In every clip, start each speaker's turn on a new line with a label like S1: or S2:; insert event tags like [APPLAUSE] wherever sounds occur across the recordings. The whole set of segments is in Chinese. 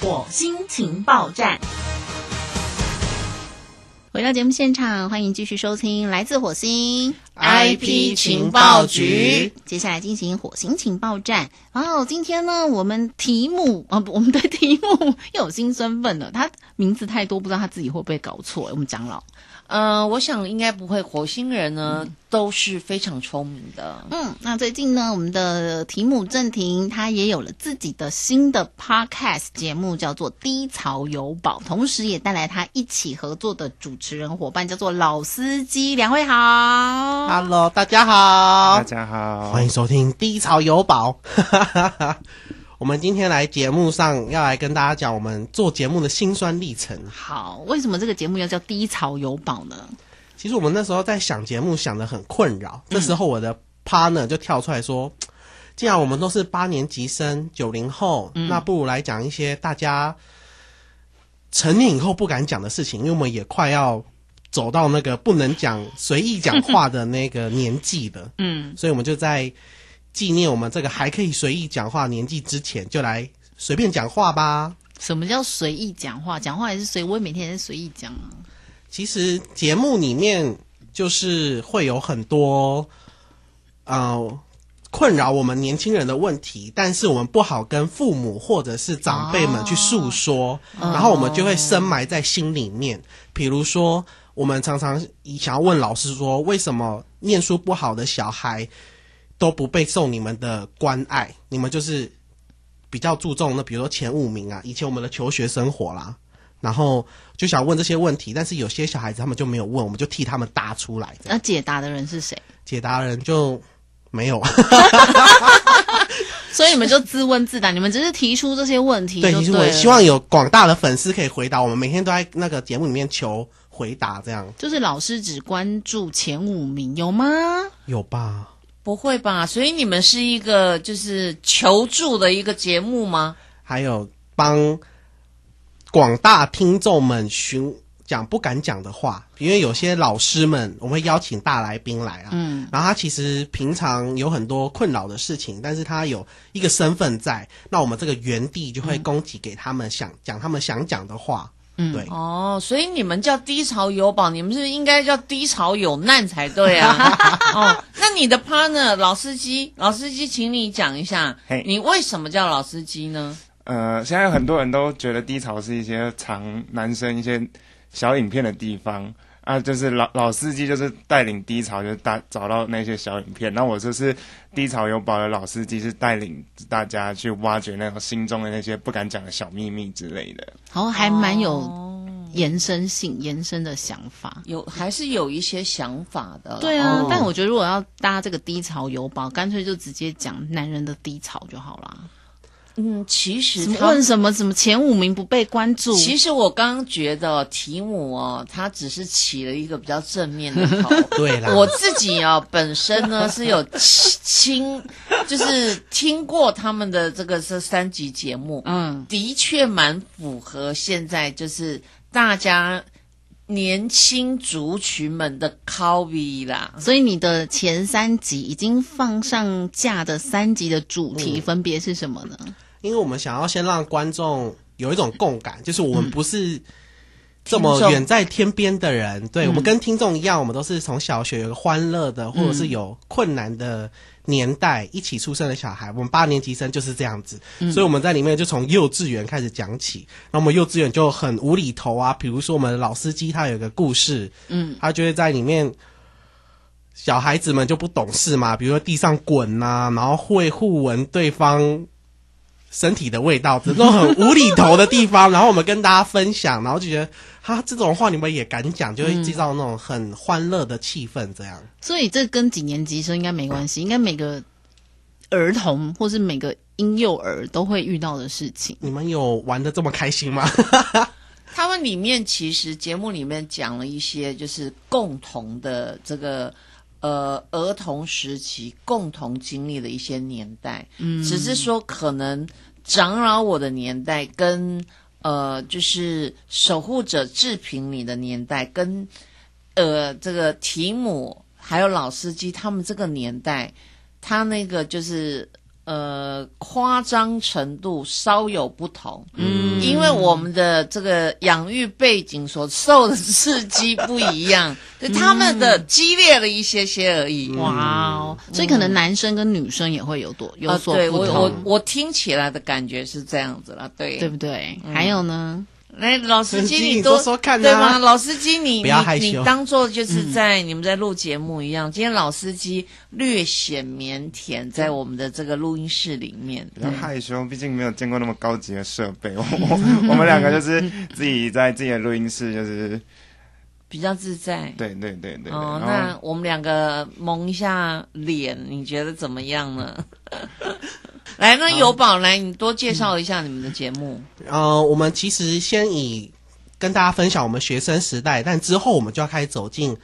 S1: 火星情报站。
S2: 回到节目现场，欢迎继续收听来自火星
S3: IP 情报局。
S2: 接下来进行火星情报站。哦，今天呢，我们题目 [LAUGHS] 啊，不，我们的题目又有新身份了。他名字太多，不知道他自己会不会搞错。我们长老，
S3: 呃，我想应该不会，火星人呢、都是非常聪明的。
S2: 嗯，那最近呢，我们的题目正廷他也有了自己的新的 podcast 节目，叫做《低潮有宝》，同时也带来他一起合作的主持人伙伴，叫做老司机。两位好，
S3: Hello，大家
S4: 大
S3: 好。
S4: 家好，
S5: 欢迎收听《低潮有宝》。我们今天来节目上要来跟大家讲我们做节目的辛酸历程。
S2: 好，为什么这个节目要叫《低潮有宝》呢？
S5: 其实我们那时候在想节目想的很困扰，
S4: 嗯
S5: 这时候我的 partner 就跳出来说：“既然我们都是八年级生、九零后，
S4: 嗯
S5: 那不如来讲一些大家成年以后不敢讲的事情，因为我们也快要走到那个不能讲随意讲话的那个年纪了。”
S2: 嗯，
S5: 所以我们就在纪念我们这个还可以随意讲话年纪之前，就来随便讲话吧。
S2: 什么叫随意讲话？讲话也是随，我也每天也是随意讲啊。
S5: 其实节目里面就是会有很多，呃，困扰我们年轻人的问题，但是我们不好跟父母或者是长辈们去诉说，然后我们就会深埋在心里面。比如说，我们常常想要问老师说，为什么念书不好的小孩都不被受你们的关爱？你们就是比较注重那，比如说前五名啊，以前我们的求学生活啦，然后就想问这些问题，但是有些小孩子他们就没有问，我们就替他们答出来，这样
S2: 那解答的人是谁？
S5: 解答人就没有。
S2: 所以你们就自问自答，你们只是提出这些问题就
S5: [LAUGHS] 对，
S2: 对
S5: 其实
S2: 了。
S5: 我希望有广大的粉丝可以回答，我们每天都在那个节目里面求回答，这样
S2: 就是老师只关注前五名，有吗？
S5: 有吧？
S3: 不会吧？所以你们是一个就是求助的一个节目吗？
S5: 还有帮广大听众们询讲不敢讲的话，因为有些老师们，我们会邀请大来宾来啊，
S2: 嗯，
S5: 然后他其实平常有很多困扰的事情，但是他有一个身份在，那我们这个原地
S3: 嗯
S5: 就会供给给他们想、讲他们想讲的话，
S2: 嗯
S5: 对，
S3: 哦，所以你们叫低潮有宝，你们是应该叫低潮有难才对 [LAUGHS] 啊。哦，那你的 partner 老司机，老司机，请你讲一下
S4: 嘿，
S3: 你为什么叫老司机呢？
S4: 呃，现在有很多人都觉得低潮是一些藏男生一些小影片的地方啊，就是老老司机就是带领低潮，就是大找到那些小影片。那我就是低潮有宝的老司机，是带领大家去挖掘那种心中的那些不敢讲的小秘密之类的。
S2: 然后还蛮有
S3: 哦
S2: 延伸性、延伸的想法。
S3: 有还是有一些想法的啦。
S2: 对啊，
S3: 哦
S2: 但我觉得如果要搭这个低潮有宝，干脆就直接讲男人的低潮就好啦。
S3: 嗯，其实
S2: 什么
S3: 他
S2: 问什么什么前五名不被关注，
S3: 其实我刚刚觉得题目哦，它只是起了一个比较正面的
S2: [LAUGHS]
S3: 头。
S5: 对啦，
S3: 我自己哦，本身呢是有听， [LAUGHS] 就是听过他们的这个这三集节目，
S2: 嗯，
S3: 的确蛮符合现在就是大家年轻族群们的 copy 啦。
S2: 所以你的前三集已经放上架的三集的主题分别是什么呢？
S3: 嗯
S5: 因为我们想要先让观众有一种共感，就是我们不是这
S3: 嗯听
S5: 么
S3: 众嗯
S5: 远在天边的人，对我们跟听众一样，我们都是从小学有个欢乐的，或者是有困难的年代一起出生的小孩，我们八年级生就是这样子，
S3: 嗯
S5: 所以我们在里面就从幼稚园开始讲起，那我们幼稚园就很无厘头啊，比如说我们老司机他有个故事，
S2: 嗯，
S5: 他就会在里面。小孩子们就不懂事嘛，比如说地上滚呐、然后会互闻对方身体的味道，这种很无厘头的地方，然后我们跟大家分享，然后就觉得哈这种话你们也敢讲，就会制造那种很欢乐的气氛，这样。
S2: 所以这跟几年级生应该没关系，应该每个儿童或是每个婴幼儿都会遇到的事情。
S5: 你们有玩的这么开心吗？
S3: 他们里面其实节目里面讲了一些就是共同的这个呃儿童时期共同经历的一些年代，嗯，只是说可能长老我的年代跟呃就是守护者志平你的年代跟呃这个提姆还有老司机他们这个年代，他那个就是呃夸张程度稍有不同，嗯，因为我们的这个养育背景所受的刺激不一 [LAUGHS] 样，对他们的激烈了一些些而已。
S2: 哇哦，所以可能男生跟女生也会有多有
S3: 呃
S2: 所
S3: 嗯对
S2: 不
S3: 我
S2: 同，
S3: 我我听起来的感觉是这样子了，对
S2: 对不对？
S3: 嗯
S2: 还有呢，
S3: 来，老司机，
S5: 嗯
S3: 你
S5: [LAUGHS] 你
S3: 多
S5: 说说看啊
S3: 对吗？老司机你，你
S5: 不要害羞
S3: 你当做
S5: [LAUGHS]
S3: 就是在你们在录节目一样。今天老司机略显腼腆，在我们的这个录音室里面，
S4: 比较害羞，毕竟没有见过那么高级的设备。 [LAUGHS] 我我我们两个就是自己在自己的录音室，就是
S3: 比较自在。
S4: 对对对对对。
S3: 哦，
S4: 然
S3: 那
S4: 后
S3: 我们两个蒙一下脸，你觉得怎么样呢？ [LAUGHS] 来，那友宝，来，你多介绍一下你们的节目。
S5: 呃，我们其实先以跟大家分享我们学生时代，但之后我们就要开始走进，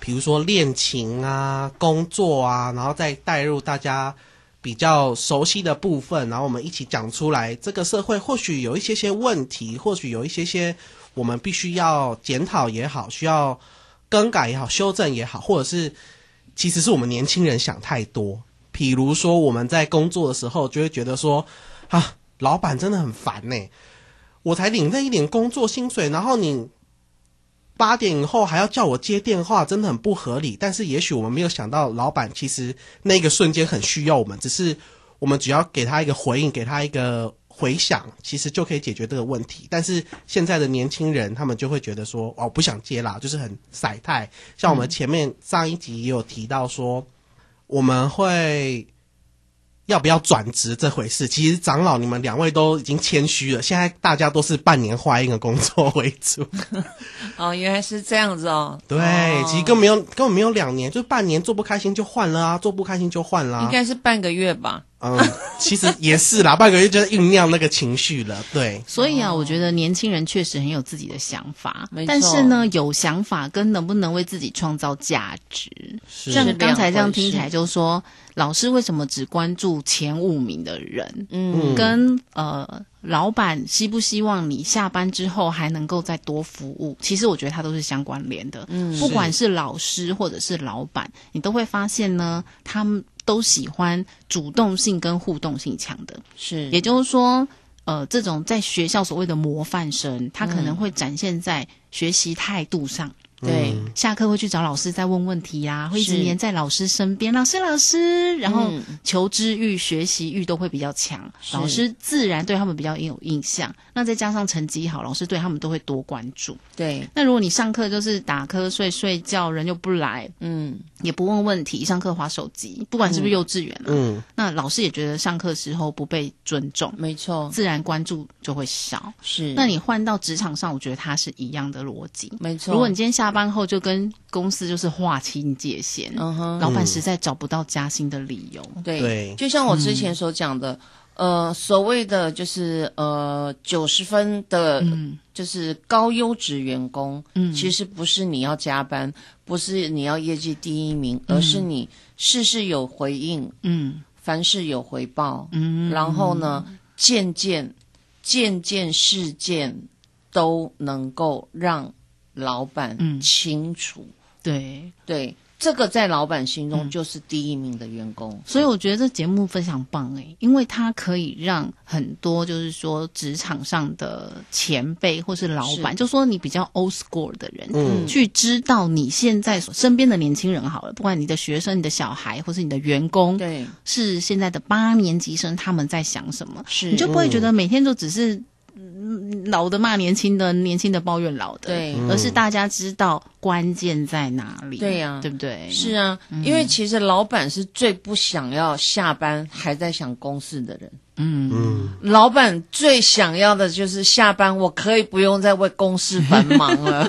S5: 比如说恋情啊、工作啊，然后再带入大家比较熟悉的部分，然后我们一起讲出来，这个社会或许有一些些问题，或许有一些些我们必须要检讨也好，需要更改也好、修正也好，或者是其实是我们年轻人想太多。比如说我们在工作的时候，就会觉得说啊，老板真的很烦欸呢、我才领那一点工作薪水，然后你八点以后还要叫我接电话，真的很不合理。但是也许我们没有想到，老板其实那个瞬间很需要我们，只是我们只要给他一个回应，给他一个回响，其实就可以解决这个问题。但是现在的年轻人，他们就会觉得说，哦，不想接啦，就是很甩态。像我们前面上一集也有提到说，我们会要不要转职这回事，其实长老你们两位都已经谦虚了，现在大家都是半年换一个工作为
S3: [LAUGHS]
S5: 主。
S3: 哦，原来是这样子哦。
S5: 对，
S3: 哦
S5: 其实根本没有根本没有两年，就半年做不开心就换了啊，做不开心就换啦、
S3: 应该是半个月吧。
S5: 嗯，其实也是啦，半个月就在酝酿那个情绪了。对，
S2: 所以啊，我觉得年轻人确实很有自己的想法
S3: 没，错
S2: 但是呢，有想法跟能不能为自己创造价值，
S5: 是
S2: 像
S3: 两
S2: 刚才这样
S3: 回
S2: 听起
S3: 事
S2: 来，就是说老师为什么只关注前五名的人？
S5: 嗯，
S2: 跟呃老板希不希望你下班之后还能够再多服务，其实我觉得它都是相关联的。嗯，不管是老师或者是老板，你都会发现呢，他们都喜欢主动性跟互动性强的。
S3: 是，
S2: 也就是说，呃，这种在学校所谓的模范生，他可能会展现在学习态度上。
S3: 对。
S5: 嗯
S2: 下课会去找老师再问问题呀、会一直
S3: 是
S2: 黏在老师身边，老师老师，然后
S3: 嗯
S2: 求知欲、学习欲都会比较强，
S3: 是
S2: 老师自然对他们比较有印象。那再加上成绩好，老师对他们都会多关注。
S3: 对，
S2: 那如果你上课就是打瞌睡、睡觉，人又不来，
S3: 嗯，
S2: 也不问问题，上课划手机，不管是不是幼稚园啊，
S5: 嗯，
S2: 那老师也觉得上课时候不被尊重，
S3: 没错，
S2: 自然关注就会少。
S3: 是。
S2: 那你换到职场上，我觉得它是一样的逻辑。
S3: 嗯没错，
S2: 如果你今天下班后就跟公司就是划清界限，
S3: 嗯哼，
S2: 老板实在找不到加薪的理由。
S3: 对，
S5: 对
S3: 就像我之前所讲的，呃，所谓的就是呃九十分的，
S2: 嗯
S3: 就是高优质员工，嗯，呃其实不是你要加班，不是你要业绩第一名，而是你事事有回应，
S2: 嗯
S3: 凡事有回报，
S2: 嗯
S3: 然后呢，件件件件事件都能够让老板
S2: 嗯
S3: 清楚。
S2: 对，
S3: 对，这个在老板心中就是第一名的员工。
S2: 所以我觉得这节目非常棒诶、因为它可以让很多就是说职场上的前辈或是老板，
S3: 是
S2: 就说你比较 old school 的人，
S5: 嗯
S2: 去知道你现在所身边的年轻人好了，不管你的学生、你的小孩或是你的员工，
S3: 对，
S2: 是现在的八年级生他们在想什么，
S3: 是
S2: 你就不会觉得每天就只是。嗯老的骂年轻的，年轻的抱怨老的，
S3: 对
S2: 而是大家知道关键在哪里，
S3: 对呀
S2: 对不对？
S3: 是啊，因为其实老板是最不想要下班还在想公事的人。嗯嗯，老板最想要的就是下班，我可以不用再为公事繁忙 [LAUGHS] 了。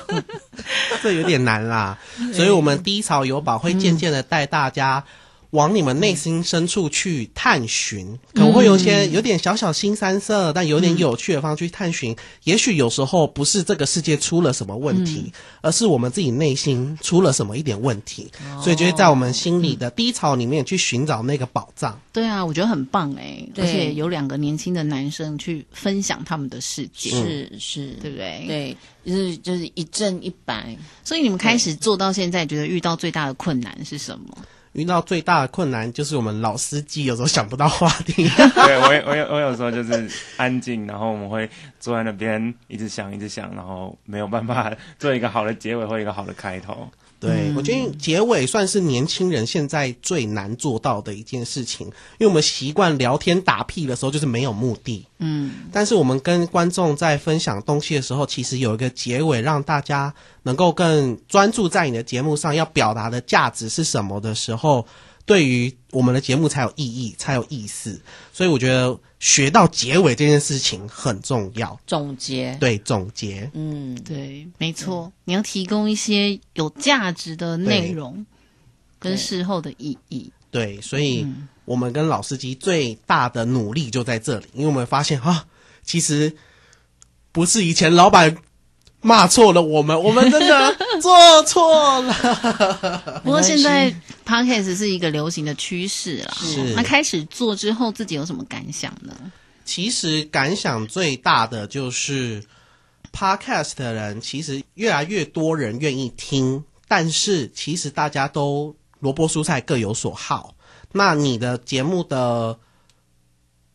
S5: 这有点难啦。所以我们低潮有宝会渐渐的带大家往你们内心深处去探寻，可能会有一些有点小小新三色，但有点有趣的方式去探寻。也许有时候不是这个世界出了什么问题，而是我们自己内心出了什么一点问题，所以就会在我们心里的低潮里面去寻找那个宝藏。
S2: 对啊，我觉得很棒哎、
S3: 对
S2: 而且有两个年轻的男生去分享他们的世界，
S3: 是是，
S2: 对不对？。
S3: 嗯对，就是就是一正一白。
S2: 所以你们开始做到现在，觉得遇到最大的困难是什么？
S5: 遇到最大的困难就是我们老司机有时候想不到话题。
S4: 对我也我有我有时候就是安静，然后我们会坐在那边一直想一直想，然后没有办法 [LAUGHS] 做一个好的结尾或一个好的开头。
S5: 对，我觉得结尾算是年轻人现在最难做到的一件事情，因为我们习惯聊天打屁的时候就是没有目的。
S2: 嗯，
S5: 但是我们跟观众在分享东西的时候，其实有一个结尾，让大家能够更专注在你的节目上要表达的价值是什么的时候，对于我们的节目才有意义，才有意思。所以我觉得学到结尾这件事情很重要。
S3: 总结，
S5: 对，总结，
S3: 嗯，
S2: 对，没错，你要提供一些有价值的内容跟
S3: 对
S2: 事后的意义。
S5: 对，所以我们跟老司机最大的努力就在这里，因为我们发现啊，其实不是以前老板骂错了我们，我们真的做错了。
S2: 不过现在 podcast 是一个流行的趋势啦，
S5: 是
S2: 那开始做之后，自己有什么感想呢？
S5: 其实感想最大的就是，podcast 的人其实越来越多人愿意听，但是其实大家都萝卜蔬菜各有所好。那你的节目的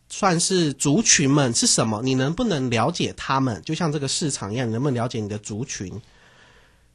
S5: 算是族群们是什么？你能不能了解他们？就像这个市场一样，你能不能了解你的族群？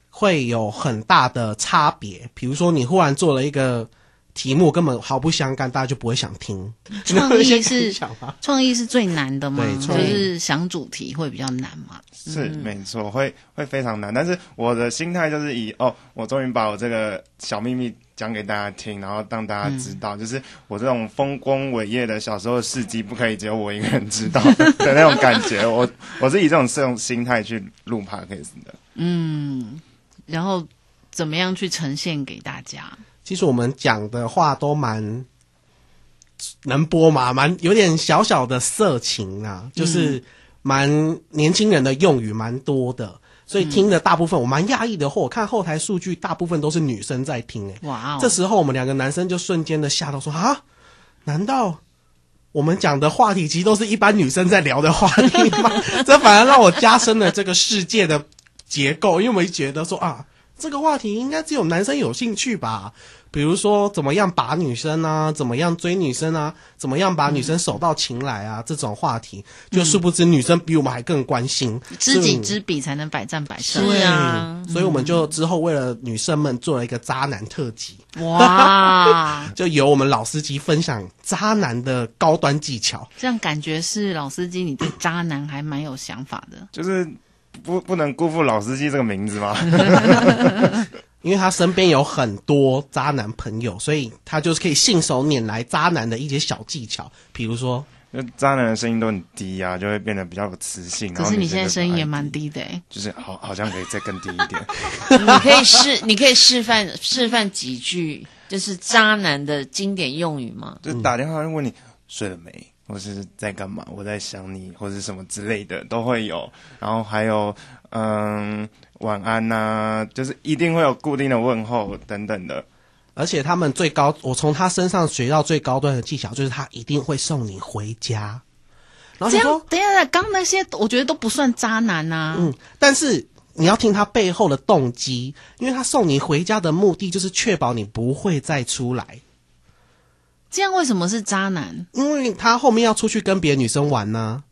S5: 会有很大的差别。比如说，你忽然做了一个题目，根本毫不相干，大家就不会想听。
S2: 创
S5: [LAUGHS] 你有一
S2: 意
S5: 些
S2: 是
S5: 感想吗
S2: 创意是最难的嘛，
S5: 对
S2: 就
S5: 创意
S2: 是想主题会比较难嘛。
S4: 是没错，会会非常难。但是我的心态就是以哦，我终于把我这个小秘密讲给大家听，然后让大家知道，就是我这种丰功伟业的小时候的事迹，不可以只有我一个人知道 [LAUGHS] 的那种感觉。我我是以这种这种心态去录 podcast 的。
S2: 嗯，然后怎么样去呈现给大家？
S5: 其实我们讲的话都蛮能播嘛，蛮有点小小的色情啊，就是蛮年轻人的用语蛮多的，所以听的大部分我蛮讶异的。后我看后台数据，大部分都是女生在听、欸，
S2: 哇哦，
S5: 这时候我们两个男生就瞬间的吓到说啊，难道？我们讲的话题其实都是一般女生在聊的话题
S2: [LAUGHS]
S5: 吗？这反而让我加深了这个世界的结构，因为我们觉得说啊，这个话题应该只有男生有兴趣吧？比如说怎么样把女生啊，怎么样追女生啊，怎么样把女生手到擒来啊，这种话题，就殊不知女生比我们还更关心，
S2: 知己
S5: 所以
S2: 知彼才能百战百胜。
S3: 是啊，
S5: 所以我们就之后为了女生们做了一个渣男特辑。
S2: 哇，
S5: 就由我们老司机分享渣男的高端技巧。
S2: 这样感觉是老司机，你对渣男还蛮有想法的。
S4: 就是不不能辜负老司机这个名字嘛。
S5: 因为他身边有很多渣男朋友，所以他就是可以信手拈来渣男的一些小技巧，比如说，
S4: 就渣男的声音都很低啊，就会变得比较有磁性。
S2: 可
S4: 然后
S2: 是你
S4: 女生
S2: 现在
S4: 就
S2: 声音
S4: 不
S2: 也
S4: 爱
S2: 蛮
S4: 听，
S2: 低的、欸，
S4: 就是好好像可以再更
S2: [LAUGHS]
S4: 低一点。
S3: 你可以示，你可以示范示范几句，就是渣男的经典用语吗？
S4: 就打电话问你睡了没，或是在干嘛，我在想你，或是什么之类的都会有。然后还有嗯晚安呐、就是一定会有固定的问候等
S2: [LAUGHS]
S4: 等的。
S5: 而且他们最高，我从他身上学到最高端的技巧就是他一定会送你回家。然后
S2: 这
S5: 想
S2: 样
S5: 说，
S2: 等一下，刚那些我觉得都不算渣男啊呐、
S5: 嗯，但是你要听他背后的动机，因为他送你回家的目的就是确保你不会再出来，
S2: 这样为什么是渣男？
S5: 因为他后面要出去跟别的女生玩呢、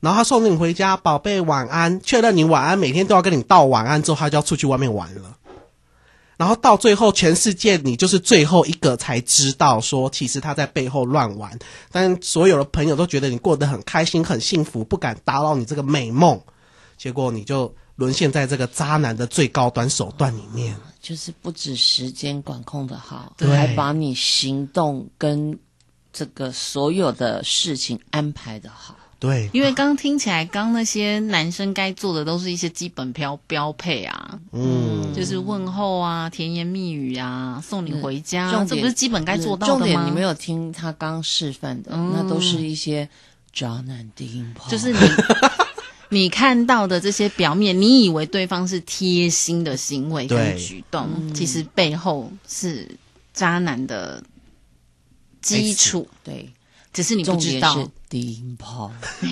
S5: 然后他送你回家，宝贝晚安，确认你晚安，每天都要跟你道晚安之后，他就要出去外面玩了。然后到最后，全世界你就是最后一个才知道说，其实他在背后乱玩，但所有的朋友都觉得你过得很开心、很幸福，不敢打扰你这个美梦，结果你就沦陷在这个渣男的最高端手段里面。
S3: 就是不止时间管控的好，
S5: 对
S3: 还把你行动跟这个所有的事情安排的好。
S5: 对，
S2: 因为刚听起来，刚那些男生该做的都是一些基本标标配啊，
S5: 嗯，
S2: 就是问候啊、甜言蜜语啊、送你回家，
S3: 嗯重点嗯
S2: 这不是基本该做到的吗？嗯
S3: 重点你没有听他刚示范的，那都是一些渣男低音炮，
S2: 就是你 [LAUGHS] 你看到的这些表面，你以为对方是贴心的行为跟
S5: 对
S2: 举
S3: 嗯
S2: 动，其实背后是渣男的基础，
S3: 对，
S2: 只是你不
S3: 重
S2: 知
S3: 点
S2: 道。
S3: 是低音炮。
S2: 嗯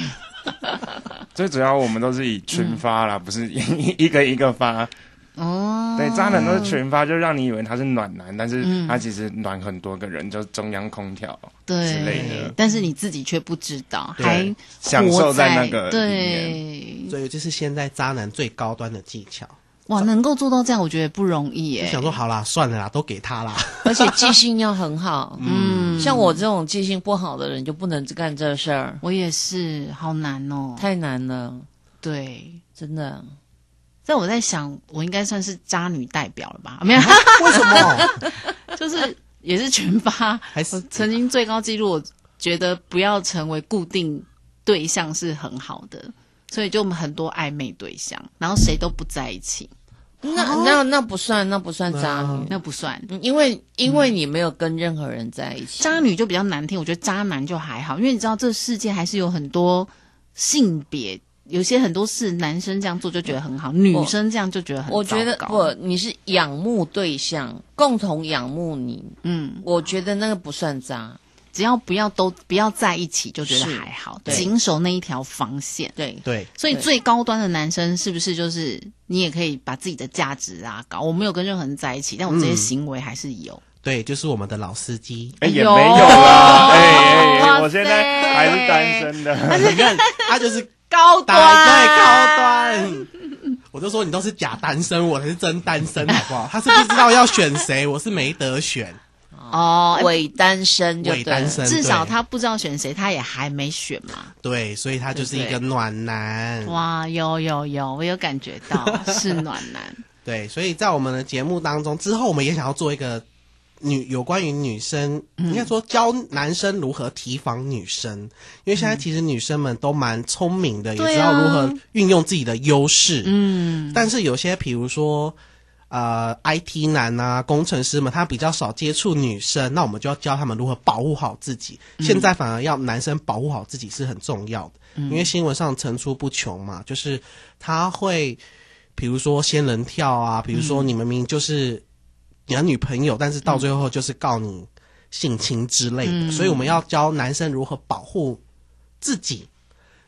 S4: 最主要我们都是以群发啦，不是一一个一个发。
S2: 哦，
S4: 对，渣男都是群发，就让你以为他是暖男，但是
S2: 嗯
S4: 他其实暖很多个人，就是中央空调之类
S2: 对
S3: 嗯
S4: 的，，
S2: 但是你自己却不知道，
S5: 对
S2: 还
S4: 享
S2: 活
S4: 受
S2: 在
S4: 在那个里面。
S2: 对，
S5: 所以这是现在渣男最高端的技巧。
S2: 哇，能够做到这样，我觉得不容易
S5: 就
S2: 耶。
S5: 想说好啦，算了啦，都给他啦。
S3: 而且记性要很好。
S2: [LAUGHS] 嗯，
S3: 像我这种记性不好的人，就不能干这事儿，
S2: 我也是，好难哦。
S3: 太难了，
S2: 对，
S3: 真的。
S2: 哦在我在想，我应该算是渣女代表了吧？啊没有，
S5: 为什么？
S2: 就是也是群发，
S5: [LAUGHS] 还是
S2: 我曾经最高纪录，我觉得不要成为固定对象是很好的，所以就我们很多暧昧对象，然后谁都不在一起，
S3: 那那那不算，那不算渣女，
S2: 那不算。
S3: 嗯因为因为你没有跟任何人在一起。
S2: 渣女就比较难听，我觉得渣男就还好，因为你知道这世界还是有很多性别，有些很多事男生这样做就觉得很好，女生这样就哦觉得很
S3: 我觉得
S2: 糟
S3: 不
S2: 糕，
S3: 你是仰慕对象，共同仰慕你，
S2: 嗯，
S3: 我觉得那个不算渣。
S2: 只要不要都不要在一起，就觉得
S3: 是
S2: 还好，
S3: 对
S2: 谨守那一条防线。
S3: 对，
S5: 对，
S2: 所以
S3: 对
S2: 最高端的男生是不是就是你也可以把自己的价值拉高？我没有跟任何人在一起，但我这些行为还是有。
S5: 对，就是我们的老司机。
S2: [LAUGHS]
S4: 哎，也
S2: 哎呦
S4: 没有啦，哎哎
S2: 哇塞
S4: 哎，我现在还是单身的。
S5: 你看，他就是
S2: 高
S5: 打对高端。 [LAUGHS] 我就说你都是假单身，我才是真单身，好不好？他是不知道要选谁，我是没得选，
S2: 哦，哎
S3: 伪单身就
S5: 伪
S3: 对
S5: 单
S3: 了。
S5: 身。
S2: 至少
S5: 对
S2: 他不知道选谁，他也还没选嘛。
S5: 对，所以他就是一
S2: 对
S5: 个暖
S3: 嗯
S5: 男。
S2: 哇，有有有，我有感觉到
S3: [LAUGHS]
S2: 是暖男。
S5: 对，所以在我们的节目当中，之后我们也想要做一个女有关于女生，应该说教男生如何提防女生，因为现在其实女生们都蛮聪明的，也
S2: 对
S5: 知道
S2: 啊
S5: 如何运用自己的优势。
S2: 嗯，
S5: 但是有些比如说。呃，IT 男啊，工程师们，他比较少接触女生，那我们就要教他们如何保护好自己。现在反而要男生保护好自己是很重要的，
S2: 嗯
S5: 因为新闻上层出不穷嘛，就是他会，比如说仙人跳啊，比如说你们明明就是男女朋友，但是到最后就是告你性侵之类的，所以我们要教男生如何保护自己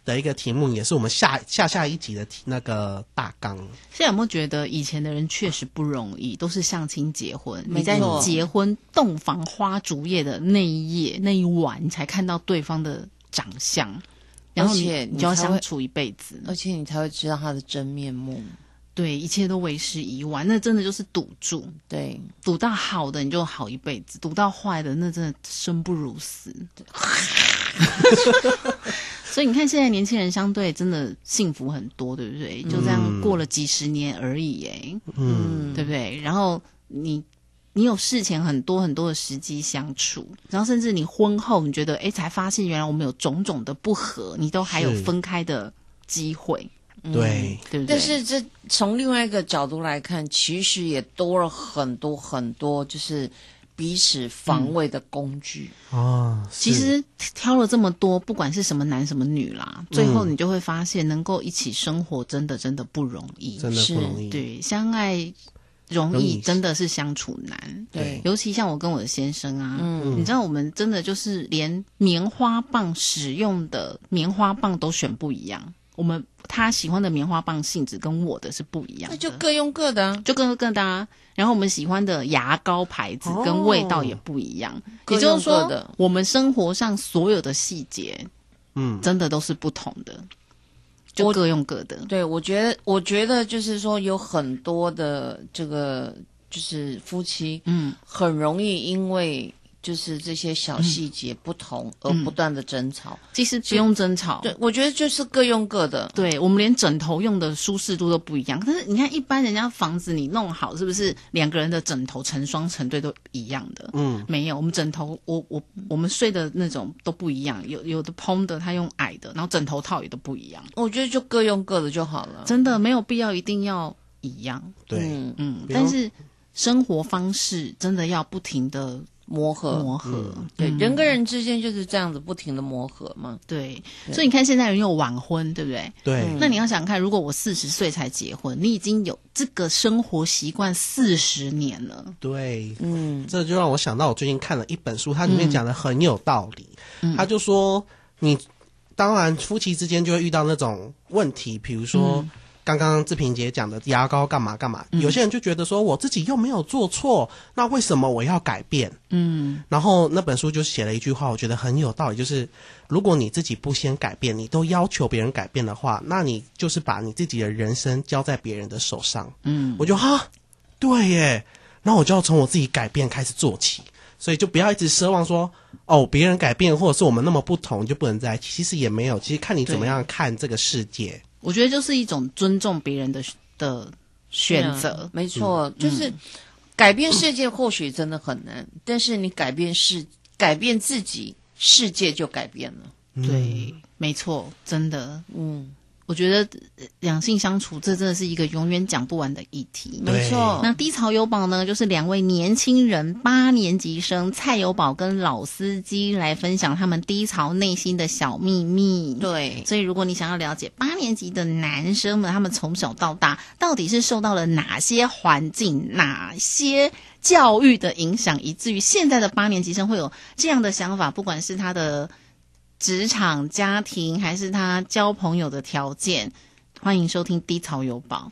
S5: 的一个题目，也是我们下下下一集的题那个大纲。
S2: 现在有没有觉得以前的人确实不容易，都是相亲结婚？
S3: 没
S2: 你在
S3: 错
S2: 结婚洞房花烛夜的那一夜那一晚，你才看到对方的长相，然后
S3: 而且
S2: 你
S3: 你
S2: 你就要
S3: 才会
S2: 相处一辈子。
S3: 而且你才会知道他的真面目。
S2: 对，一切都为时已晚，那真的就是赌注，
S3: 对，
S2: 赌到好的你就好一辈子，赌到坏的那真的生不如死。 [LAUGHS] 所以你看，现在年轻人相对真的幸福很多，对不对？就这样过了几十年而已，哎、
S5: 嗯，
S2: 对不对？然后你你有事前很多很多的时机相处，然后甚至你婚后你觉得哎才发现原来我们有种种的不合，你都还有
S5: 是
S2: 分开的机会，
S5: 对，
S2: 对不对？
S3: 嗯但是这从另外一个角度来看，其实也多了很多很多，就是彼此防卫的工具。
S5: 哦，
S2: 其实挑了这么多，不管是什么男什么女啦，
S5: 嗯
S2: 最后你就会发现，能够一起生活，真的真的不容易。
S5: 真的不容易。
S2: 对，相爱容
S5: 容
S2: 易，
S5: 易
S2: 真的是相处难。
S3: 对，
S2: 尤其像我跟我的先生啊，
S5: 嗯
S3: 嗯
S2: 你知道我们真的就是连棉花棒使用的棉花棒都选不一样，我们他喜欢的棉花棒性质跟我的是不一样的，
S3: 那就各用各的、啊，
S2: 就各各的啊。然后我们喜欢的牙膏牌子跟味道也不一样，
S3: 哦各
S2: 也就是
S3: 用各
S2: 说
S3: 的，
S2: 我们生活上所有的细节
S5: 嗯，
S2: 真的都是不同的，就各用各的。
S3: 对，我觉得，我觉得就是说，有很多的这个就是夫妻
S2: 嗯，
S3: 很容易因为就是这些小细节不同而不断的争吵。
S2: 其实不用争吵。
S3: 嗯对，我觉得就是各用各的。
S2: 对我们连枕头用的舒适度都不一样，但是你看一般人家房子你弄好，是不是两个人的枕头成双成对都一样的？
S5: 嗯，
S2: 没有，我们枕头我我我们睡的那种都不一样，有有的蓬的，他用矮的，然后枕头套也都不一样，
S3: 我觉得就各用各的就好了。
S2: 真的没有必要一定要一样。
S5: 对，
S3: 嗯，
S2: 嗯，
S5: 比如
S2: 但是生活方式真的要不停的
S3: 磨合，嗯
S2: 磨合，
S3: 对，人跟人之间就是这样子不停的磨合嘛。
S2: 对，嗯所以你看现在人有晚婚，对不对？
S5: 对，
S2: 那你要想看，如果我四十岁才结婚，你已经有这个生活习惯四十年了，
S5: 对，
S3: 嗯，
S5: 这就让我想到我最近看了一本书，它里面讲的很有道理。他就说，你当然夫妻之间就会遇到那种问题，比如说。刚刚志平姐讲的牙膏干嘛干嘛，有些人就觉得说我自己又没有做错，那为什么我要改变？
S2: 嗯，
S5: 然后那本书就写了一句话，我觉得很有道理，就是如果你自己不先改变，你都要求别人改变的话，那你就是把你自己的人生交在别人的手上。嗯，我就哈，对耶，那我就要从我自己改变开始做起，所以就不要一直奢望说哦别人改变或者是我们那么不同就不能在一起，其实也没有，其实看你怎么样看这个世界。
S2: 我觉得就是一种尊重别人的的选择。
S3: 没错，就是改变世界或许真的很难，但是你改变世改变自己，世界就改变了。
S2: 对，啊嗯没错，真的，
S3: 嗯，
S2: 我觉得呃两性相处这真的是一个永远讲不完的议题。
S5: 对
S3: 没错。
S2: 那低潮有宝呢，就是两位年轻人八年级生蔡有宝跟老司机来分享他们低潮内心的小秘密。
S3: 对，
S2: 所以，如果你想要了解八年级的男生们，他们从小到大到底是受到了哪些环境、哪些教育的影响，以至于现在的八年级生会有这样的想法，不管是他的职场、家庭，还是他交朋友的条件，欢迎收听《低潮有宝》，